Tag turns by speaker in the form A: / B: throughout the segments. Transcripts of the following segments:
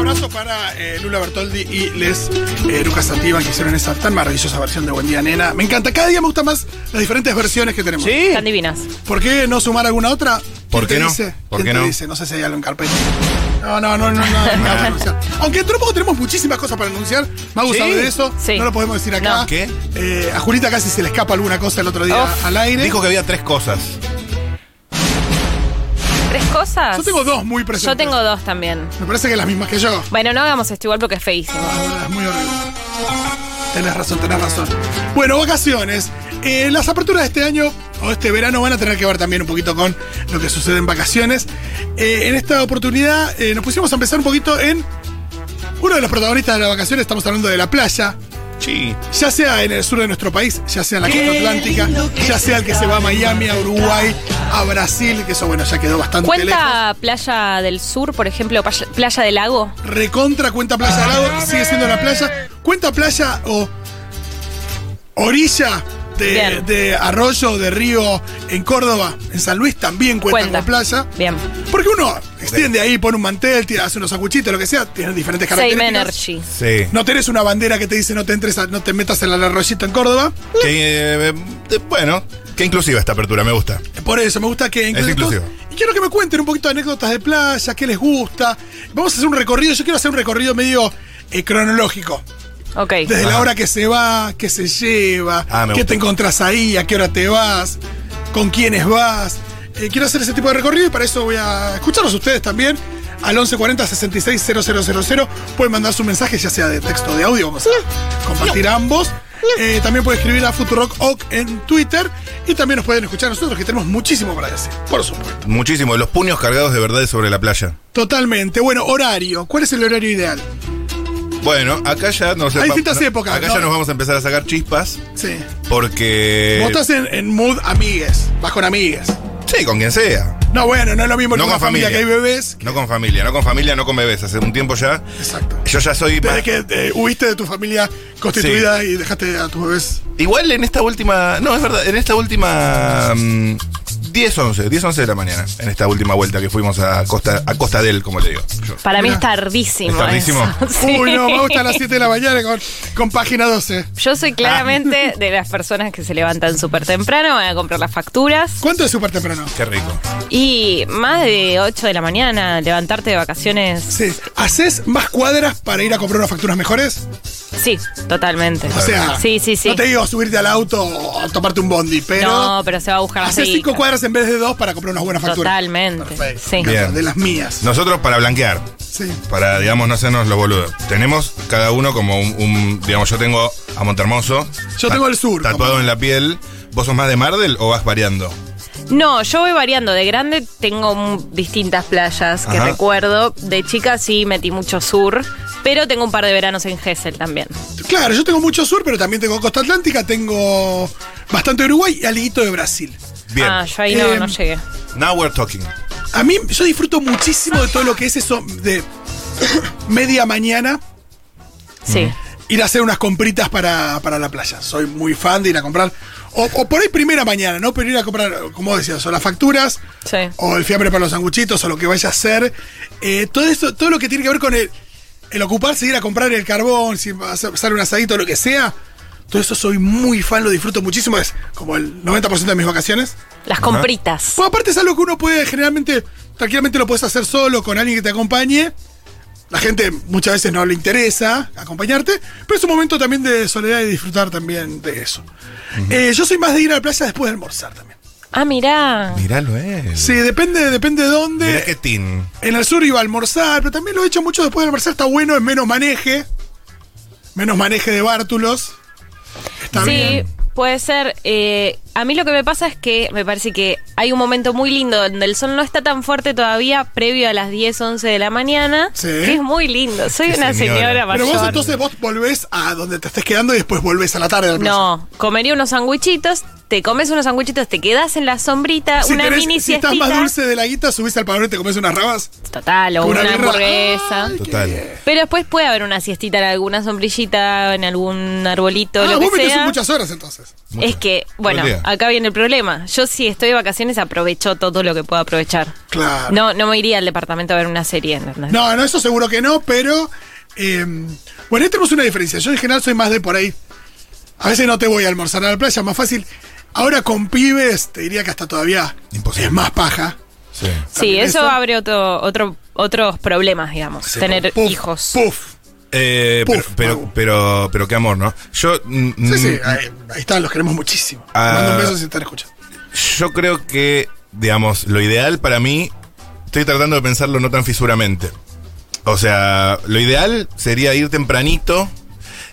A: Mora, eh, Lula Bertoldi y Les eh, Lucas Santiban que hicieron esa tan maravillosa versión de Buen Día Nena. Me encanta, cada día me gustan más las diferentes versiones que tenemos.
B: Sí.
C: Están divinas.
A: ¿Por qué no sumar alguna otra?
D: ¿Por
A: ¿Quién te
D: qué no?
A: dice?
D: ¿Por
A: ¿Quién
D: qué
A: te
D: no?
A: dice? No sé si hay algo en carpeta. No, no, no, no, no. no, no, no, no, no. Aunque en poco tenemos muchísimas cosas para anunciar. Magu
B: Sí.
A: sabe de eso.
C: Sí.
A: No lo podemos decir acá.
C: No.
D: ¿Qué?
A: Eh, a Julita casi se le escapa alguna cosa el otro día
C: Uf.
A: al aire.
D: Dijo que había tres cosas.
C: ¿Tres cosas?
A: Yo tengo dos muy presentes.
C: Yo tengo dos también.
A: Me parece que las mismas que yo.
C: Bueno, no hagamos esto igual porque es feísimo.
A: Ah, es muy horrible. Tenés razón, tenés razón. Bueno, vacaciones. Eh, las aperturas de este año o este verano van a tener que ver también un poquito con lo que sucede en vacaciones. Eh, en esta oportunidad eh, nos pusimos a empezar un poquito en uno de los protagonistas de las vacaciones. Estamos hablando de la playa,
D: Sí.
A: ya sea en el sur de nuestro país, ya sea en la costa atlántica, ya sea el que se va a Miami, a Uruguay, a Brasil, que eso bueno ya quedó bastante lejos.
C: ¿Cuenta Playa del Sur, por ejemplo, Playa, playa del Lago?
A: recontra cuenta playa al lado,
C: Ah.
A: sigue siendo la playa. Cuenta playa o orilla de,
C: Bien.
A: de arroyo, de río en Córdoba, en San Luis también cuenta,
C: Cuenta.
A: como playa.
C: Bien.
A: Porque uno extiende ahí, pone un mantel, tira, hace unos sacuchitos, lo que sea, tiene diferentes
C: Same
A: características.
C: Energy.
D: Sí.
A: No tenés una bandera que te dice no te entres, a- no te metas en el arroyito en Córdoba.
D: Que, eh, eh, bueno, qué inclusiva esta apertura, me gusta.
A: Por eso, me gusta que incluyan todos.
D: inclusivo.
A: Y quiero que me cuenten un poquito de anécdotas de playa, qué les gusta. Vamos a hacer un recorrido, yo quiero hacer un recorrido medio eh, cronológico.
C: Ok.
A: Desde la
D: Ajá.
A: hora que se va, que se lleva,
D: Ah, me
A: qué
D: gusta.
A: te encontrás ahí, a qué hora te vas, con quiénes vas. Eh, quiero hacer ese tipo de recorrido y para eso voy a escucharlos ustedes también. Al 1140-660000 pueden mandar su mensaje, ya sea de texto o de audio, vamos a compartir ambos. Eh, también pueden escribir a Futurock Oc en Twitter y también nos pueden escuchar a nosotros que tenemos muchísimo para decir, por supuesto.
D: Muchísimo. Los puños cargados de verdad sobre la playa.
A: Totalmente. Bueno, horario. ¿Cuál es el horario ideal?
D: Bueno, acá ya nos
A: Hay distintas
D: no-
A: épocas,
D: Acá
A: ¿no?
D: ya nos vamos a empezar a sacar chispas
A: Sí.
D: porque.
A: Vos estás en, en mood amigues, vas con amigues.
D: Sí, con quien sea.
A: No, bueno, no es lo mismo que
D: No
A: una
D: con
A: familia,
D: familia.
A: que hay bebés.
D: No con familia, no con familia, no con bebés. Hace un tiempo ya.
A: Exacto.
D: Yo ya soy más-
A: Desde que eh, huiste de tu familia constituida y dejaste a tus bebés.
D: Igual en esta última. No, es verdad, en esta última. mm, 10, 11, 10, 11 de la mañana. En esta última vuelta que fuimos a Costa, a Costa del, como le digo. yo.
C: Para mí
A: Mira.
C: es tardísimo.
D: ¿Es tardísimo?
C: eso. Sí.
A: Uy, no, me gusta a las 7 de la mañana con, con página 12.
C: Yo soy claramente
A: Ah.
C: de las personas que se levantan súper temprano, van a comprar las facturas.
A: ¿Cuánto es súper temprano?
D: Qué rico.
C: Y más de 8 de la mañana, levantarte de vacaciones.
A: Sí. ¿Haces más cuadras para ir a comprar unas facturas mejores?
C: Sí, totalmente.
A: O sea,
C: sí, sí, sí.
A: no te digo subirte al auto o a tomarte un bondi, pero.
C: No, pero se va a buscar la
A: Haces
C: rica.
A: 5 cuadras en vez de 2 para comprar unas buenas facturas.
C: Totalmente.
A: Perfecto.
C: Sí.
A: Me encanta,
D: Bien.
A: De las mías.
D: Nosotros para blanquear,
A: Sí.
D: para, digamos, no hacernos los boludos. Tenemos cada uno como un, un- digamos, yo tengo a Montermoso.
A: Yo tengo el sur,
D: Tatuado
A: como-
D: en la piel. ¿Vos sos más de Mardel o vas variando?
C: No, yo voy variando. De grande tengo mm, distintas playas que
D: Ajá.
C: recuerdo. De chica sí metí mucho sur, pero tengo un par de veranos en Gesell también.
A: Claro, yo tengo mucho sur, pero también tengo costa atlántica, tengo bastante Uruguay y aliguito de Brasil.
D: Bien.
C: Ah, yo ahí no,
A: Eh,
C: no llegué.
D: Now we're talking.
A: A mí, yo disfruto muchísimo de todo lo que es eso de media mañana,
C: Sí.
A: ir a hacer unas compritas para, para la playa. Soy muy fan de ir a comprar, o, o por ahí primera mañana, ¿no? Pero ir a comprar, como decías, o las facturas,
C: Sí.
A: o el fiambre para los sanguchitos, o lo que vaya a hacer. Eh, todo eso, todo lo que tiene que ver con el, el ocuparse, ir a comprar el carbón, si vas a hacer un asadito, lo que sea. Todo eso soy muy fan, lo disfruto muchísimo, es como el 90% de mis vacaciones.
C: Las compritas.
A: Pues aparte es algo que uno puede generalmente, tranquilamente lo puedes hacer solo, con alguien que te acompañe. La gente muchas veces no le interesa acompañarte, pero es un momento también de soledad y disfrutar también de eso. Eh, yo soy más de ir a la playa después de almorzar también.
C: Ah, mirá.
D: Miralo él.
A: Sí, depende, depende de dónde.
D: Mirá qué tin.
A: En el sur iba a almorzar, pero también lo he hecho mucho después de almorzar. Está bueno, es menos maneje. Menos maneje de bártulos. Está
C: sí,
A: bien.
C: puede ser. Eh, a mí lo que me pasa es que me parece que hay un momento muy lindo donde el sol no está tan fuerte todavía, previo a las 10, 11 de la mañana.
A: Sí.
C: Que es muy lindo. Soy
D: Qué
C: una
D: señora.
C: señora,
D: Pero
C: mayor.
A: Pero vos entonces vos volvés a donde te estés quedando y después volvés a la tarde al plaza.
C: No, comería unos sandwichitos, te comes unos sandwichitos, te quedas en la sombrita,
A: Si
C: una
A: tenés-
C: mini
A: si estás
C: siestita.
A: más dulce de la guita, subís al padrón y te comes unas rabas.
C: Total, o
A: con
C: una,
A: birra.
C: hamburguesa.
A: Ay, qué
D: Total.
A: bien.
C: Pero después puede haber una siestita en alguna sombrillita, en algún arbolito,
A: Ah,
C: lo
A: vos
C: que
A: metés
C: sea.
A: muchas horas entonces.
C: Es que, bueno,
D: Buen día.
C: acá viene el problema. Yo si estoy de vacaciones aprovecho todo lo que puedo aprovechar.
A: Claro.
C: No, no me iría al departamento a ver una serie. ¿entendés?
A: No, no, eso seguro que no, pero Eh, bueno, ahí tenemos una diferencia. Yo en general soy más de por ahí. A veces no te voy a almorzar a la playa, más fácil. Ahora con pibes, te diría que hasta todavía
D: Imposible.
A: es más paja.
D: Sí.
C: Sí,
A: También
C: eso
A: eso.
C: abre otro, otro, otros problemas, digamos.
D: Sí,
C: tener
A: Puf,
C: hijos.
A: Puf.
D: Eh, pero,
A: Puf,
D: pero,
A: Mago.
D: pero, pero qué amor, ¿no? Yo, mm,
A: Sí, eh, sí,
D: mm,
A: ahí, ahí están, los queremos muchísimo.
D: Ah.
A: Mando un beso si están escuchando.
D: yo creo que, digamos, lo ideal para mí, estoy tratando de pensarlo no tan fisuramente. O sea, lo ideal sería ir tempranito,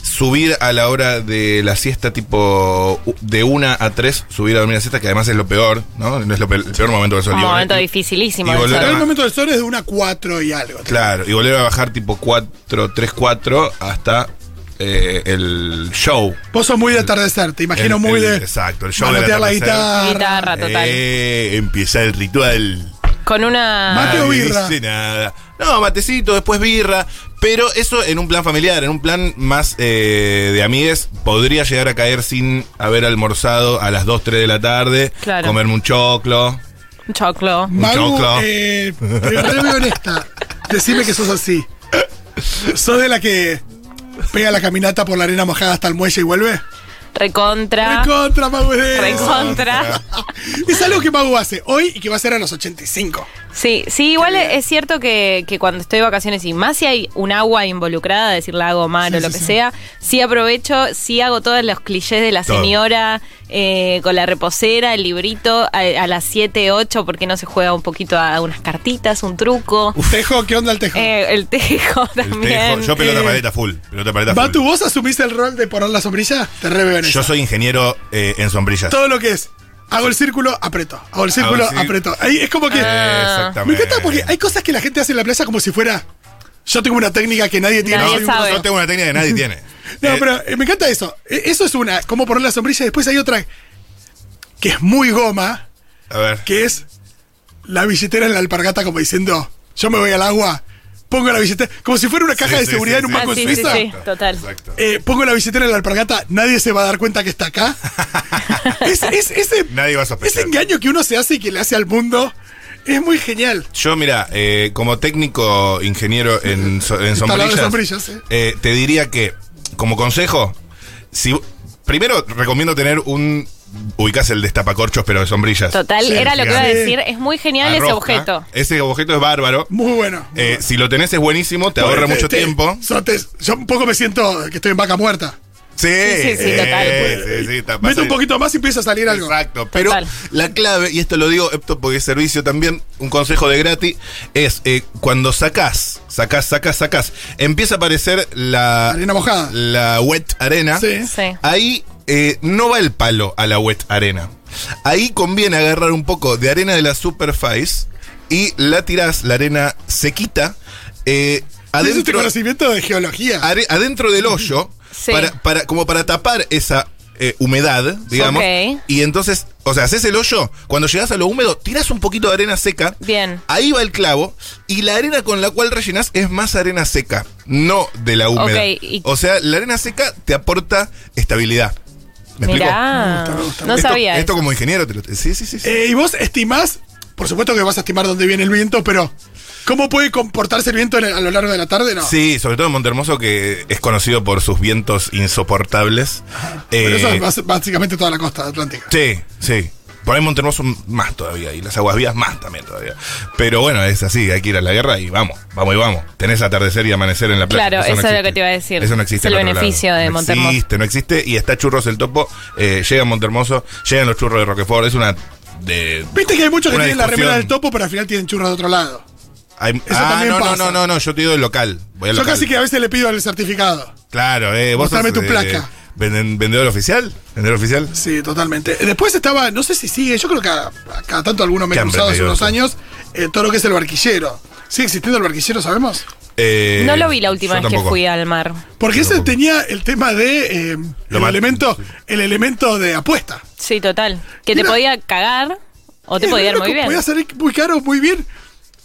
D: subir a la hora de la siesta, tipo u- de una a tres, subir a dormir la siesta, que además es lo peor, ¿no? No es lo pe- el peor momento del sol.
C: Un
D: Digo,
C: momento
D: eh,
C: dificilísimo.
D: y
C: del
D: volver
A: Pero
C: sol.
A: el
D: Ah.
A: momento del sol es de una 4 y algo.
D: Claro, y volver a bajar tipo 4, 3, 4 hasta eh, el show.
A: Vos sos muy de atardecer, te imagino
D: El-
A: muy
D: el-
A: de.
D: exacto, el show
A: manotear
D: del
A: la
D: atardecer.
A: guitarra.
C: Guitarra Ah, total.
D: Eh, empieza el ritual.
C: Con una.
A: Mate o
D: Nadie
A: birra.
D: dice nada. No, matecito, después birra. Pero eso en un plan familiar, en un plan más eh, de amigues, podría llegar a caer sin haber almorzado a las 2, 3 de la tarde.
C: Claro.
D: Comerme un choclo.
C: un choclo.
A: Magu,
D: choclo.
A: eh, pero te veo honesta. Decime que sos así. ¿Sos de la que pega la caminata por la arena mojada hasta el muelle y vuelve?
C: Recontra.
A: Recontra, Magu, es de eso.
C: Recontra.
A: Es algo que Magu hace hoy y que va a hacer a los 85.
C: Sí, sí, igual es cierto que, que cuando estoy de vacaciones y más si hay un agua involucrada, decir la hago mal
A: Sí,
C: o lo
A: sí,
C: que
A: sí.
C: sea, sí aprovecho, sí hago todos los clichés de la
D: Todo.
C: señora eh, con la reposera, el librito, a, a las 7, 8, porque no se juega un poquito a unas cartitas, un truco,
A: Tejo, ¿qué onda el tejo?
C: Eh, el tejo
D: Uh. El tejo.
C: también.
D: Yo pelota
A: Eh,
D: paleta full. Pelota paleta
A: ¿Va tu
D: full.
A: vos asumiste el rol de poner la sombrilla? Te re veo en
D: Yo
A: eso.
D: soy ingeniero eh, en sombrillas.
A: Todo lo que es. Hago el círculo, aprieto. Hago el círculo,
D: Hago el Eh, cir-
A: aprieto. Ahí es como que.
C: Ah.
D: Exactamente.
A: Me encanta porque hay cosas que la gente hace en la playa como si fuera. Yo tengo una técnica que nadie tiene.
D: No,
C: Nadie
D: yo
C: sabe.
D: no tengo una técnica que nadie tiene.
A: No,
D: Eh,
A: pero eh, me encanta eso. E- Eso es una, como poner la sombrilla. Después hay otra que es muy goma,
D: A ver.
A: que es la billetera en la alpargata, como diciendo, yo me voy al agua, pongo la billetera, como si fuera una caja
D: Sí,
A: de
D: sí,
A: seguridad
D: sí,
A: en un
D: sí.
A: banco
C: Ah, sí,
A: en
C: sí,
A: Suiza.
C: sí. total.
D: Exacto.
A: Eh, pongo la billetera en la alpargata, nadie se va a dar cuenta que está acá. es, es- ese,
D: Nadie va a
A: ese
D: sospechar.
A: engaño que uno se hace y que le hace al mundo es muy genial.
D: Yo, mira, eh, como técnico ingeniero en, so- en
A: Instalador de
D: sombrillas,
A: sombrillas, eh.
D: eh, te diría que, como consejo, si primero recomiendo tener un. Ubicás el destapacorchos, pero de sombrillas.
C: Total,
A: Sí,
C: era lo que iba a
A: sí.
C: decir, es muy genial
D: Al
C: ese
D: rosca.
C: objeto.
D: Ese objeto es bárbaro.
A: Muy bueno.
D: Eh, si lo tenés es buenísimo, te ahorra
A: Porque
D: mucho
A: te-
D: tiempo.
A: Yo, te- yo un poco me siento que estoy en vaca muerta.
D: Sí,
C: sí, sí,
D: eh,
C: total.
D: sí, sí, tapás
A: Mete un
D: el-
A: poquito más y empieza a salir algo.
D: Exacto, pero
C: Total.
D: la clave, y esto lo digo esto porque es servicio también, un consejo de gratis, es eh, cuando sacás, sacás, sacás, sacás, empieza a aparecer la
A: Arena mojada.
D: la wet arena,
A: Sí.
C: Sí.
D: ahí eh, no va el palo a la wet arena. Ahí conviene agarrar un poco de arena de la superfice y la tirás, la arena sequita, eh,
A: Adentro,
D: adentro,
A: este conocimiento de geología.
D: are- adentro del hoyo
C: Sí.
D: para, para- como para tapar esa eh, humedad, digamos.
C: Ok.
D: Y entonces, o sea, haces el hoyo, cuando llegas a lo húmedo, tiras un poquito de arena seca.
C: Bien.
D: Ahí va el clavo y la arena con la cual rellenás es más arena seca, no de la húmeda.
C: Ok, y-
D: O sea, la arena seca te aporta estabilidad. ¿Me explico?
C: Mirá, no
D: Esto-
C: sabía.
D: Esto
C: eso.
D: como ingeniero te lo... Sí, sí, sí. sí.
A: Eh, y vos estimás, por supuesto que vas a estimar dónde viene el viento, pero ¿cómo puede comportarse el viento en el- a lo largo de la tarde? No.
D: Sí, sobre todo en Montermoso, que es conocido por sus vientos insoportables.
A: Pero eso
D: Eh,
A: es bas- básicamente toda la costa atlántica.
D: Sí, sí. Por ahí Montermoso más todavía y las aguas vías más también todavía. Pero bueno, es así, hay que ir a la guerra y vamos, vamos y vamos. Tenés atardecer y amanecer en la playa.
C: Claro, eso es lo
D: existe.
C: que te iba a decir.
D: Eso no existe.
C: Es el
D: en otro
C: beneficio
D: lado.
C: de
D: no
C: Montermoso.
D: existe, no existe. Y está Churros el Topo, eh, llega Montermoso, llegan los churros de Roquefort. Es una de...
A: Viste que hay muchos que
D: Una
A: tienen la
D: discusión.
A: remera del topo, pero al final tienen churros de otro lado.
D: hay-
A: Eso
D: ah,
A: también
D: no, no,
A: pasa.
D: no, no, no, yo te digo el local. Voy al
A: Yo
D: local.
A: casi que a veces le pido el certificado.
D: Claro, eh, vos
A: Mostrame
D: sos,
A: tu
D: eh,
A: placa.
D: venden- vendedor oficial, vendedor oficial.
A: Sí, totalmente. Después estaba, no sé si sigue, yo creo que a- a cada tanto alguno me he
D: Qué hambre
A: cruzado
D: me
A: hace
D: dio
A: unos
D: eso.
A: años, eh, todo lo que es el barquillero. ¿Sigue existiendo el barquillero, sabemos?
D: Eh,
C: no lo vi la última
D: yo
C: vez que
D: tampoco.
C: fui al mar.
A: Porque
D: Yo
A: ese
D: tampoco.
A: tenía el tema de eh,
D: Lo
A: el,
D: mat-
A: elemento, el elemento de apuesta.
C: Sí, total. Que
A: Mira.
C: te podía cagar o te
A: Es
C: podía ir
A: raro
C: muy
A: que
C: bien.
A: Podía salir muy caro, muy bien.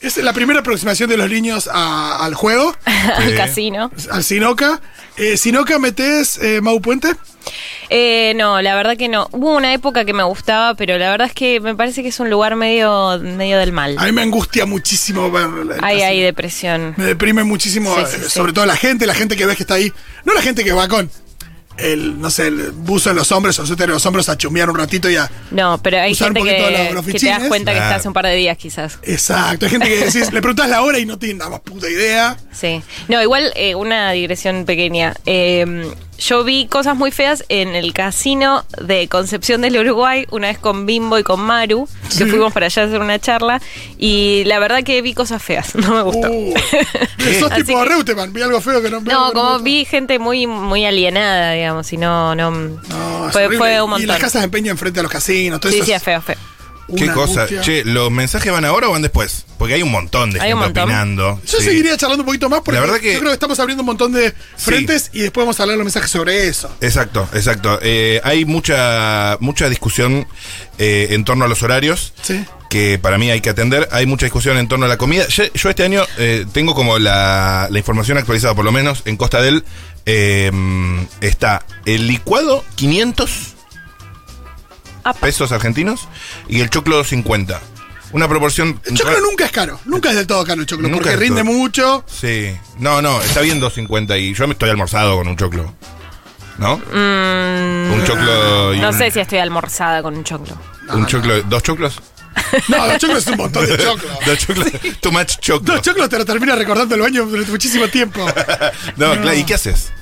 A: Es la primera aproximación de los niños a- al juego,
C: al
A: Eh.
D: Sí.
C: casino.
A: al Sinoca. Eh, Sinoca, metés eh, Mau Puente.
C: Eh, no, la verdad que no. Hubo una época que me gustaba, pero la verdad es que me parece que es un lugar medio, medio del mal.
A: A mí me angustia muchísimo verlo.
C: Hay, hay depresión.
A: Me deprime muchísimo,
C: Sí, sí,
A: eh,
C: sí.
A: sobre todo la gente, la gente que ves que está ahí. No la gente que va con el, no sé, el buzo en los hombres o el suéter en los hombros a chumear un ratito y a.
C: No, pero hay
A: Usar un
C: gente que,
A: poquito los- los
C: que te das
A: fichines.
C: cuenta que
D: Claro.
C: está hace un par de días quizás.
A: Exacto, hay gente que decís, le preguntas la hora y no tiene nada más puta idea.
C: Sí. No, igual eh, una digresión pequeña. Eh, yo vi cosas muy feas en el casino de Concepción del Uruguay, una vez con Bimbo y con Maru,
A: Sí.
C: que fuimos para allá a hacer una charla, y la verdad que vi cosas feas, no me gustó.
A: Uh, sos
C: Así
A: tipo
C: que-
A: Reutemann, vi algo feo que no
C: No,
A: que me
C: como
A: gustó.
C: vi gente muy, muy alienada, digamos, y no, no,
A: No, es
C: fue,
A: horrible.
C: fue un
A: Y
C: montón.
A: las casas de empeño enfrente a los casinos, todo
C: sí,
A: eso.
C: sí,
A: es
C: es feo, feo.
A: una
D: Qué cosa.
A: angustia.
D: Che, ¿los mensajes van ahora o van después? Porque hay un montón de
C: Hay
D: gente
C: un montón.
D: opinando.
A: Yo
D: Sí.
A: seguiría charlando un poquito más porque
D: La verdad que-
A: yo creo que estamos abriendo un montón de frentes y después vamos a hablar los mensajes sobre eso.
D: Exacto, exacto. Eh, hay mucha, mucha discusión eh, en torno a los horarios.
A: Sí.
D: que para mí hay que atender. Hay mucha discusión en torno a la comida. Yo, yo este año eh, tengo como la, la información actualizada, por lo menos en Costa del eh, está el licuado 500
C: Apa.
D: pesos argentinos y el choclo 50. Una proporción.
A: El choclo nunca es caro, nunca es del todo caro el choclo,
D: Nunca
A: porque
D: es
A: rinde
D: todo.
A: mucho.
D: Sí, no, no, está bien 2.50 y yo me estoy almorzado con un choclo. ¿No? un choclo y
C: Mm, No
D: un,
C: sé si estoy almorzada con un choclo.
D: un choclo, dos choclos.
A: No, dos choclos es un montón de choclo.
D: Dos choclos, too much choclo.
A: Dos choclos te lo termina recordando el baño durante muchísimo tiempo.
D: no, claro, ¿y qué haces?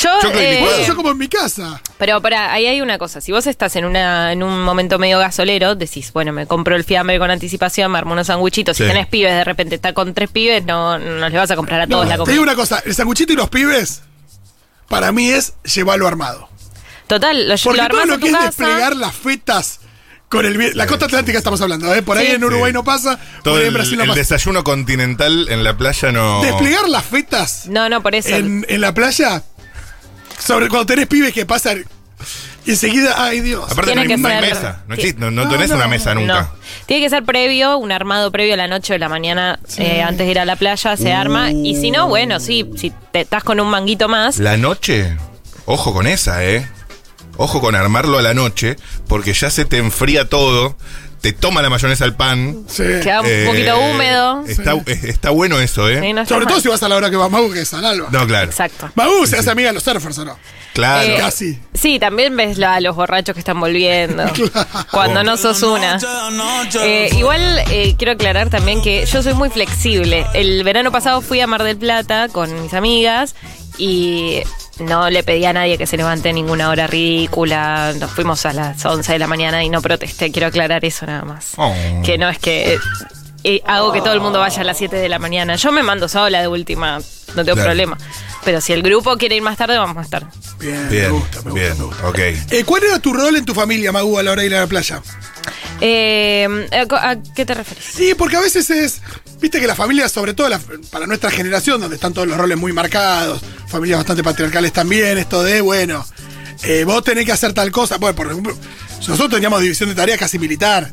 C: Yo,
D: Choclo y
C: eh,
A: Por
D: licuado.
A: eso yo como en mi casa.
C: Pero para, ahí hay una cosa. Si vos estás en una en un momento medio gasolero, decís, bueno, me compro el fiambre con anticipación, me armo unos sanguichitos.
D: Sí.
C: Si tenés pibes, de repente está con tres pibes, no, no les vas a comprar a todos la
A: te digo
C: comida.
A: una cosa, el sanguchito y los pibes, para mí es llevarlo armado.
C: Total, lo,
A: Porque
C: lo
A: todo
C: armás
A: lo
C: a
A: que
C: tu
A: es
C: casa.
A: desplegar las fetas con el bien- La costa atlántica estamos hablando, ¿eh? Por ahí
C: Sí.
A: en Uruguay
D: Sí.
A: no pasa, por
D: Todo
A: ahí
D: el,
A: en Brasil no
D: el
A: pasa.
D: desayuno continental en la playa no.
A: Desplegar las fetas
C: No, no, por eso.
A: en, en la playa, sobre cuando tenés pibes que pasan y enseguida, ay Dios.
D: Aparte,
C: Tiene
D: no hay,
C: que
D: no hay
C: ser-
D: mesa. No,
C: Sí.
D: existe, no, no
A: No,
D: tenés
A: no,
D: una mesa
C: No.
D: nunca.
C: Tiene que ser previo, un armado previo a la noche o la mañana eh, antes de ir a la playa,
A: Uh.
C: se arma. Y si no, bueno, sí, si te estás con un manguito más.
D: La noche, ojo con esa, ¿eh? Ojo con armarlo a la noche, porque ya se te enfría todo, te toma la mayonesa al pan.
A: Sí.
C: Queda un
D: eh,
C: poquito húmedo.
D: Está, está bueno eso, ¿eh?
C: Sí, no está
A: Sobre todo
C: mal.
A: si vas a la hora que va Mau, que es al alba.
D: No, claro.
C: Exacto.
A: Mau se hace amiga de los surfers, ¿o no?
D: Claro.
C: Eh,
A: Ah, Casi.
C: Sí, también ves la- a los borrachos que están volviendo. cuando no sos una. Eh, igual eh, quiero aclarar también que yo soy muy flexible. El verano pasado fui a Mar del Plata con mis amigas y no le pedí a nadie que se levante a ninguna hora ridícula. Nos fuimos a las 11 de la mañana y no protesté. Quiero aclarar eso nada más.
D: Oh.
C: Que no es que... eh, hago que todo el mundo vaya a las 7 de la mañana. Yo me mando sola de última, no tengo
D: Claro.
C: problema. Pero si el grupo quiere ir más tarde, vamos más tarde.
A: Bien,
D: bien,
A: me gusta, me
D: bien,
A: gusta, me gusta.
D: ok.
A: Eh, ¿Cuál era tu rol en tu familia, Mau, a la hora de ir a la playa?
C: Eh, ¿a co- ¿A qué te referís?
A: Sí, porque a veces es. Viste que las familias, sobre todo la- para nuestra generación, donde están todos los roles muy marcados, familias bastante patriarcales también, esto de, bueno, eh, vos tenés que hacer tal cosa. Bueno, por ejemplo, nosotros teníamos división de tareas casi militar.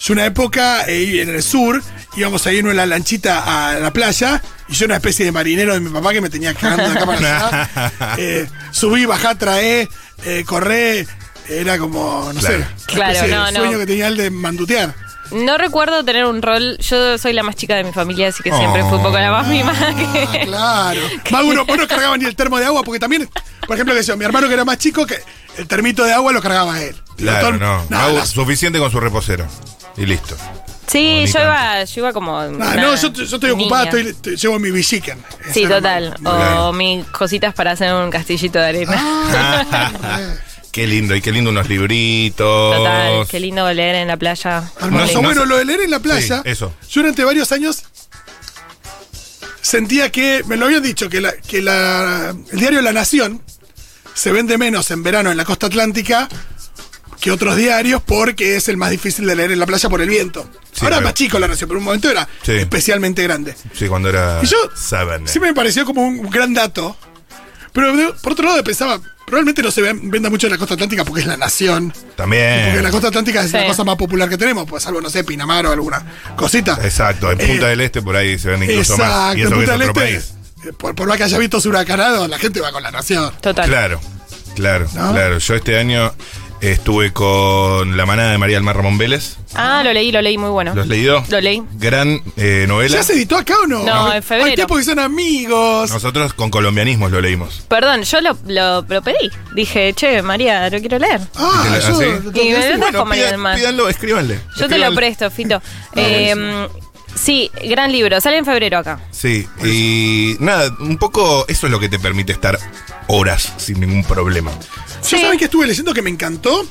A: Yo una época eh, en el sur íbamos a irnos en la lanchita a la playa y yo una especie de marinero de mi papá que me tenía cagando de acá para allá. Eh, subí, bajá, traé, eh, corré. Era como, no sé,
D: Claro.
A: una
C: Claro,
A: especie de
C: no, no.
A: sueño que tenía el de mandutear.
C: No recuerdo tener un rol. Yo soy la más chica de mi familia, así que siempre fui un poco la más mimada
A: Ah,
C: que.
A: claro. Más uno, uno cargaba ni el termo de agua, porque también, por ejemplo, que yo, mi hermano que era más chico, que el termito de agua lo cargaba él.
D: Claro,
A: Todo-
D: no.
A: No,
D: Hago
A: las-
D: suficiente con su reposero. Y listo.
C: Sí,
D: Ni
C: yo
D: tanto.
C: iba, yo iba como.
A: Ah,
C: una
A: no, yo, yo estoy ocupada,
C: niña.
A: estoy, te- llevo mi bichiquen.
C: Sí, total.
D: Claro.
C: O mis cositas para hacer un castillito de
A: Ah.
C: arena.
D: qué lindo, y qué lindo unos libritos.
C: Total, qué lindo leer en la playa.
A: Hermoso.
D: No, no
A: bueno,
D: sé.
A: lo de leer en la playa.
D: Sí, eso.
A: Yo durante varios años sentía que, me lo habían dicho, que, la- que la- el diario La Nación se vende menos en verano en la costa atlántica que otros diarios porque es el más difícil de leer en la playa por el viento. Ahora es
D: Sí, claro.
A: más chico La Nación, pero en un momento era
D: Sí.
A: especialmente grande.
D: Sí, cuando era
A: Y yo
D: Saban.
A: siempre me pareció como un gran dato. Pero de- por otro lado pensaba, Probablemente no se ve- venda mucho en la costa atlántica porque es la nación. Porque
D: También.
A: la costa atlántica es la
C: Sí.
A: cosa más popular que tenemos, pues salvo, no sé, Pinamar o alguna cosita.
D: Exacto, en Punta
A: Eh,
D: del Este por ahí se ven incluso más.
A: Exacto,
D: Y eso que es
A: Punta del
D: otro
A: Este,
D: país.
A: eh, Por, por más que haya visto su huracanado, la gente va con la nación.
C: Total.
D: Claro, claro,
A: ¿No?
D: claro. Yo este año estuve con La Manada de María del Mar Ramón Vélez.
C: Ah, lo leí, lo leí, muy bueno.
D: ¿Lo has leído?
C: Lo leí.
D: Gran eh, novela.
A: ¿Ya se editó acá o no?
C: No, en febrero.
A: Hay tiempos que son amigos.
D: Nosotros con colombianismos lo leímos.
C: Perdón, yo lo, lo, lo pedí. Dije, che, María, lo quiero leer.
A: Ah,
D: ¿Te la-
A: yo-
D: así?
A: lo tengo
C: Y
A: que
C: me
A: decir.
C: lo trajo María del Mar.
D: pídanlo, escríbanle.
C: Yo te lo
D: Escríbanle.
C: presto, Fito. Eh, sí, gran libro. Sale en febrero acá.
D: Sí, y nada, un poco eso es lo que te permite estar horas sin ningún problema.
A: Yo
C: Sí.
A: saben que estuve leyendo que me encantó,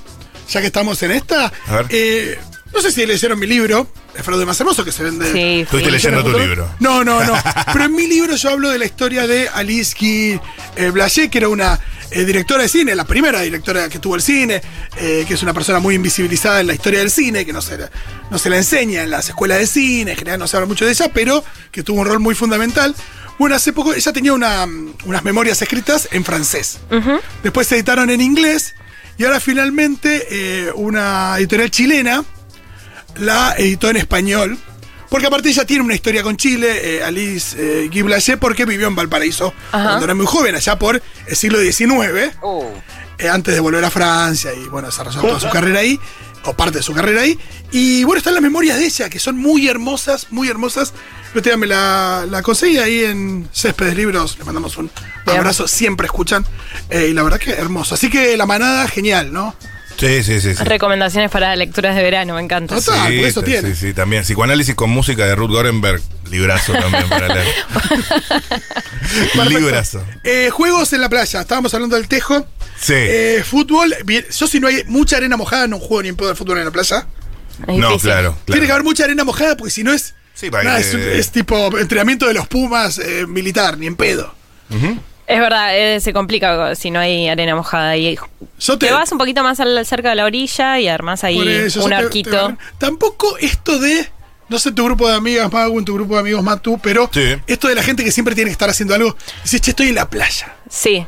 A: ya que estamos en esta.
D: A ver.
A: Eh, no sé si leyeron mi libro, El fraude más hermoso, que se vende.
C: Sí,
D: Estuviste
C: fui.
D: leyendo tu libro.
A: No, no, no. Pero en mi libro yo hablo de la historia de Alice Guy eh, Blaché, que era una eh, directora de cine, la primera directora que tuvo el cine, eh, que es una persona muy invisibilizada en la historia del cine, que no se, la- no se la enseña en las escuelas de cine, en general no se habla mucho de ella, pero que tuvo un rol muy fundamental. Bueno, hace poco ella tenía una, mm, unas memorias escritas en francés. Después se editaron en inglés y ahora finalmente eh, una editorial chilena la editó en español. Porque aparte ella tiene una historia con Chile, eh, Alice eh, Guy Blaché, porque vivió en Valparaíso
C: Ajá.
A: cuando era muy joven, allá por el siglo XIX,
C: Oh.
A: eh, antes de volver a Francia y bueno, desarrolló toda su carrera ahí, o parte de su carrera ahí. Y bueno, están las memorias de ella, que son muy hermosas, muy hermosas. El otro día me la, la conseguí ahí en Céspedes Libros, le mandamos un
C: Bien.
A: abrazo, siempre escuchan, eh, y la verdad que hermoso. Así que la manada, genial, ¿no?
D: Sí, sí, sí. sí.
C: Recomendaciones para lecturas de verano, me encanta.
A: Total. Ah, por eso
D: sí,
A: tiene.
D: sí, sí, también. Psicoanálisis con música de Ruth Gorenberg. Librazo también para leer.
A: Perfecto.
D: Librazo.
A: Eh, juegos en la playa, estábamos hablando del tejo.
D: Sí.
A: Eh, fútbol, bien, yo si no hay mucha arena mojada no juego ni en pedo de fútbol en la playa.
C: Es
D: no,
C: difícil.
D: claro, claro.
A: Tiene que haber mucha arena mojada porque si no es...
D: Sí, para
A: nada,
D: que-
A: es, un- es tipo entrenamiento de los Pumas eh, militar, ni en pedo.
C: Es verdad, eh, se complica si no hay arena mojada. Y
A: Yo
C: te vas un poquito más al- cerca de la orilla y armás ahí
A: por eso, yo
C: un
A: te- te
C: arquito.
A: agarro. Tampoco esto de... No sé tu grupo de amigas, Magu, en tu grupo de amigos, Matu, pero
D: Sí.
A: esto de la gente que siempre tiene que estar haciendo algo. Dices, che, estoy en la playa.
C: Sí.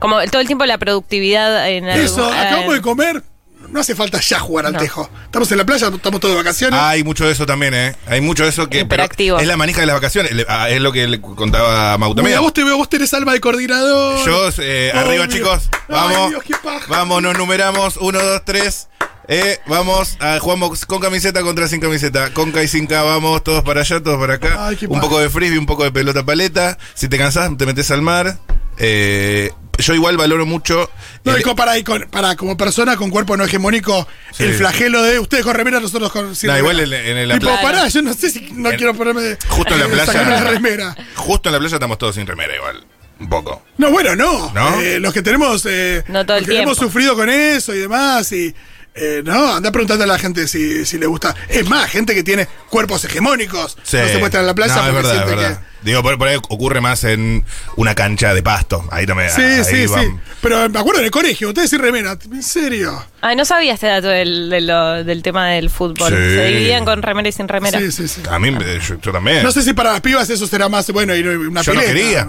C: Como todo el tiempo la productividad en
A: Eso,
C: algo-
A: acabamos
C: eh,
A: de comer. No hace falta ya jugar al
C: No.
A: tejo. Estamos en la playa, estamos todos de vacaciones.
D: Hay mucho de eso también, ¿eh? Hay mucho de eso que. pero
C: Hiperactivo.
D: Es la manija de las vacaciones. Le- ah, es lo que le contaba Mau
A: Uy,
D: también.
A: a vos te veo, vos tenés alma de coordinador.
D: Yo, eh,
A: Obvio.
D: arriba, chicos.
A: Ay,
D: Vamos.
A: Dios, qué paja.
D: Vamos, nos numeramos. Uno, dos, tres. Eh, vamos, a, jugamos con camiseta contra sin camiseta. Con y sin K, vamos, todos para allá, todos para acá.
A: Ay, qué
D: un
A: paja.
D: poco de frisbee, un poco de pelota paleta. Si te cansás, te metes al mar. Eh, yo igual valoro mucho. eh,
A: No,
D: el-
A: y co- para, y con- para, como persona con cuerpo no hegemónico,
D: Sí.
A: el flagelo de ustedes con remera, nosotros con. sin
D: No,
A: remera.
D: igual en, en el- la
A: Tipo,
D: pla-
A: pará, yo no sé si no
D: En-
A: quiero ponerme. de-
D: Justo en la
A: de
D: playa.
A: sacarme la remera.
D: Justo en la playa estamos todos sin remera, igual. Un poco.
A: No, bueno, no.
D: ¿No?
A: Eh, los que tenemos. eh,
C: No todo
A: los
C: el
A: que
C: tiempo.
A: hemos sufrido con eso y demás. Y. eh, no, anda preguntando a la gente si, si le gusta. Es más, gente que tiene cuerpos hegemónicos. No se muestra en la playa
D: No, es
A: porque
D: verdad, es
A: siente
D: verdad. Digo, por, por ahí ocurre más en una cancha de pasto. Ahí también.
A: que. Sí, sí,
D: ahí van.
A: sí. Pero me acuerdo en el colegio, ustedes sin remera. En serio.
C: Ay, no sabía este dato del, de lo- del tema del fútbol.
D: Sí.
C: Se dividían con remera y sin remera.
A: Sí, sí, sí.
D: A mí, eh, yo, yo también.
A: No sé si para las pibas eso será más, bueno, ir a una
D: yo no
A: pileta.
D: quería.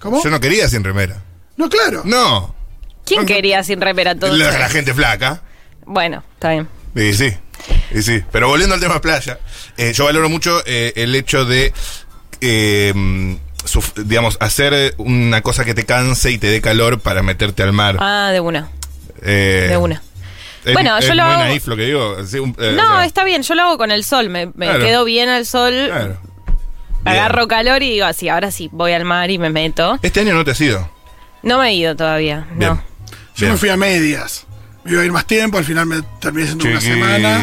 A: ¿Cómo?
D: Yo
A: no...
D: no quería sin remera.
A: claro.
D: No.
C: ¿Quién quería sin remera todo?
D: La, la gente flaca.
C: Bueno, está bien.
D: Y sí. Y sí. Pero volviendo al tema playa, eh, yo valoro mucho eh, el hecho de. eh, mm, suf- digamos, hacer una cosa que te canse y te dé calor para meterte al mar.
C: Ah, de una,
D: Eh,
C: de una.
D: es-
C: Bueno,
D: es
C: yo lo
D: muy
C: hago-
D: naif lo que digo. sí, un- eh, o
C: No,
D: sea,
C: está bien, yo lo hago con el sol, me, me
D: Claro.
C: quedo bien al sol,
D: claro. Bien.
C: agarro calor y digo así, ahora sí, voy al mar y me meto.
D: Este año no te has ido.
C: No me he ido todavía,
D: Bien.
C: no.
A: Yo me fui a medias. Me iba a ir más tiempo, al final me terminé siendo
D: Chiquito.
A: una semana.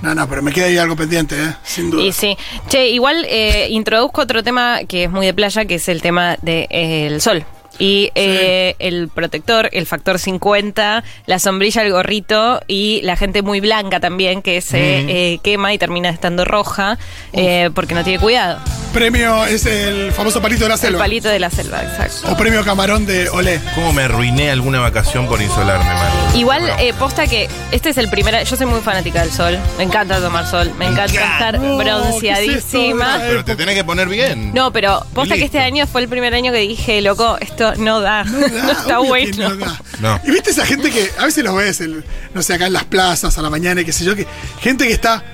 A: No, no, pero me queda ahí algo pendiente, ¿eh? Sin duda.
C: Y sí, che, igual eh, introduzco otro tema que es muy de playa, que es el tema del sol. Y eh, el protector, el factor 50, la sombrilla, el gorrito y la gente muy blanca también que se eh, quema y termina estando roja eh, porque no tiene cuidado.
A: Premio es el famoso palito de la
C: El
A: selva.
C: palito de la selva, exacto.
A: O premio camarón de Olé.
D: ¿Cómo me arruiné alguna vacación por insolarme, man?
C: Igual, eh, posta que este es el primer. Yo soy muy fanática del sol. Me encanta tomar sol. Me encanta estar
A: No, ¿qué es esto?
C: bronceadísima.
D: Pero te tenés que poner bien.
C: No, pero posta que este
D: Listo.
C: año fue el primer año que dije, loco, esto no da. No,
A: da,
C: está
A: Ah, obvio que
C: bueno.
A: no da.
D: No.
A: Y viste esa gente que a veces los ves, el- no sé, acá en las plazas, a la mañana, y qué sé yo, que gente que está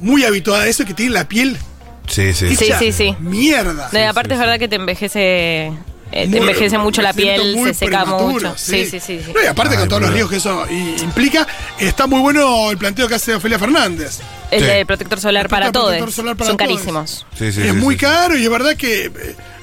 A: muy habituada a eso, que tiene la piel
D: Sí, sí.
C: Sí,
A: hecha
C: sí, sí.
A: mierda.
C: No, y aparte es verdad que te envejece. eh,
A: Muy-
C: te envejece mucho la
A: me siento
C: piel,
A: muy
C: se seca
A: prematuro,
C: mucho. Sí, sí, sí. sí.
A: No, y aparte
D: Ay,
A: con todos los
D: boludo.
A: riesgos que eso i- implica, está muy bueno el planteo que hace Ofelia Fernández.
C: El
D: Sí.
C: de protector solar para
A: El protector
C: todos.
A: solar para
C: Son
A: todos.
C: carísimos.
D: Sí, sí,
A: es
D: sí,
A: muy
D: sí.
A: caro y es verdad que eh,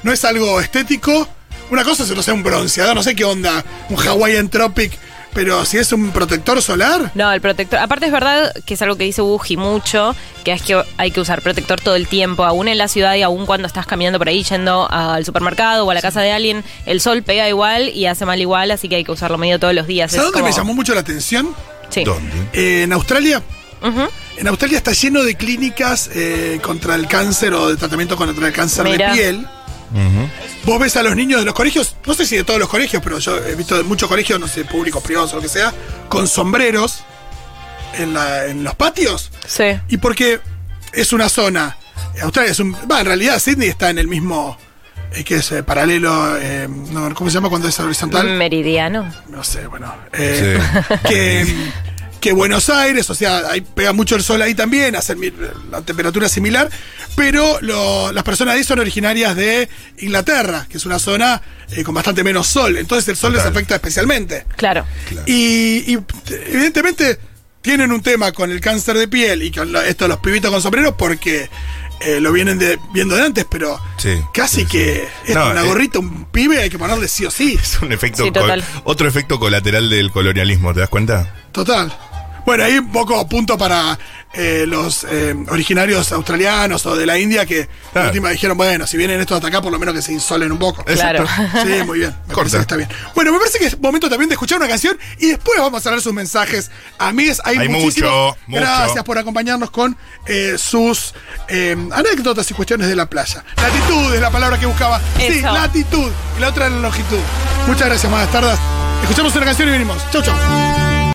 A: no es algo estético. Una cosa es, no sé, un bronceador, no sé qué onda, un Hawaiian Tropic, pero si es un protector solar,
C: No, el protector. Aparte es verdad que es algo que dice Buji mucho, que es que hay que usar protector todo el tiempo, aún en la ciudad y aún cuando estás caminando por ahí yendo al supermercado o a la casa de alguien, el sol pega igual y hace mal igual, así que hay que usarlo medio todos los días.
A: ¿sabes
C: Es
A: dónde me
C: como-
A: llamó mucho la atención?
C: Sí.
D: ¿Dónde?
A: Eh, en Australia.
C: Ujú.
A: En Australia está lleno de clínicas eh, contra el cáncer o de tratamiento contra el cáncer
C: Mirá.
A: de piel.
D: Ujú.
A: Vos ves a los niños de los colegios, no sé si de todos los colegios, pero yo he visto de muchos colegios, no sé, públicos, privados o lo que sea, con sombreros en, la- en los patios.
C: Sí.
A: Y porque es una zona, eh, Australia es un... Va, en realidad Sydney está en el mismo, eh, que es eh, paralelo, eh, no, ¿cómo se llama cuando es horizontal?
C: Meridiano.
A: No sé, bueno. eh, que, que Buenos Aires, o sea, ahí pega mucho el sol ahí también, hace mi- la temperatura similar, pero lo- las personas ahí son originarias de Inglaterra, que es una zona eh, con bastante menos sol, entonces el sol les
D: Total.
A: afecta especialmente.
C: Claro.
A: Y, y, t- evidentemente tienen un tema con el cáncer de piel y con lo- esto de los pibitos con sombreros porque eh, lo vienen de- viendo de antes, pero
D: Sí,
A: casi
D: sí, sí.
A: que es
D: No,
A: una
D: eh,
A: gorrita, un pibe hay que ponerle sí o sí.
D: Es un efecto
C: Sí,
D: col-
C: total.
D: otro efecto colateral del colonialismo, ¿te das cuenta?
A: Total. Bueno, ahí un poco punto para eh, los eh, originarios australianos o de la India que la
D: Claro.
A: última dijeron, bueno, si vienen estos hasta acá, por lo menos que se insolen un poco.
C: Claro.
A: Sí, muy bien. Me
D: Corta.
A: parece que está bien. Bueno, me parece que es momento también de escuchar una canción y después vamos a leer sus mensajes. Amigues, hay,
D: Hay
A: muchísimos.
D: mucho, mucho.
A: Gracias por acompañarnos con eh, sus eh, anécdotas y cuestiones de la playa. Latitud es la palabra que buscaba. Sí,
C: Eso.
A: latitud. Y la otra era longitud. Muchas gracias, buenas tardes. Escuchamos una canción y venimos. Chau, chau.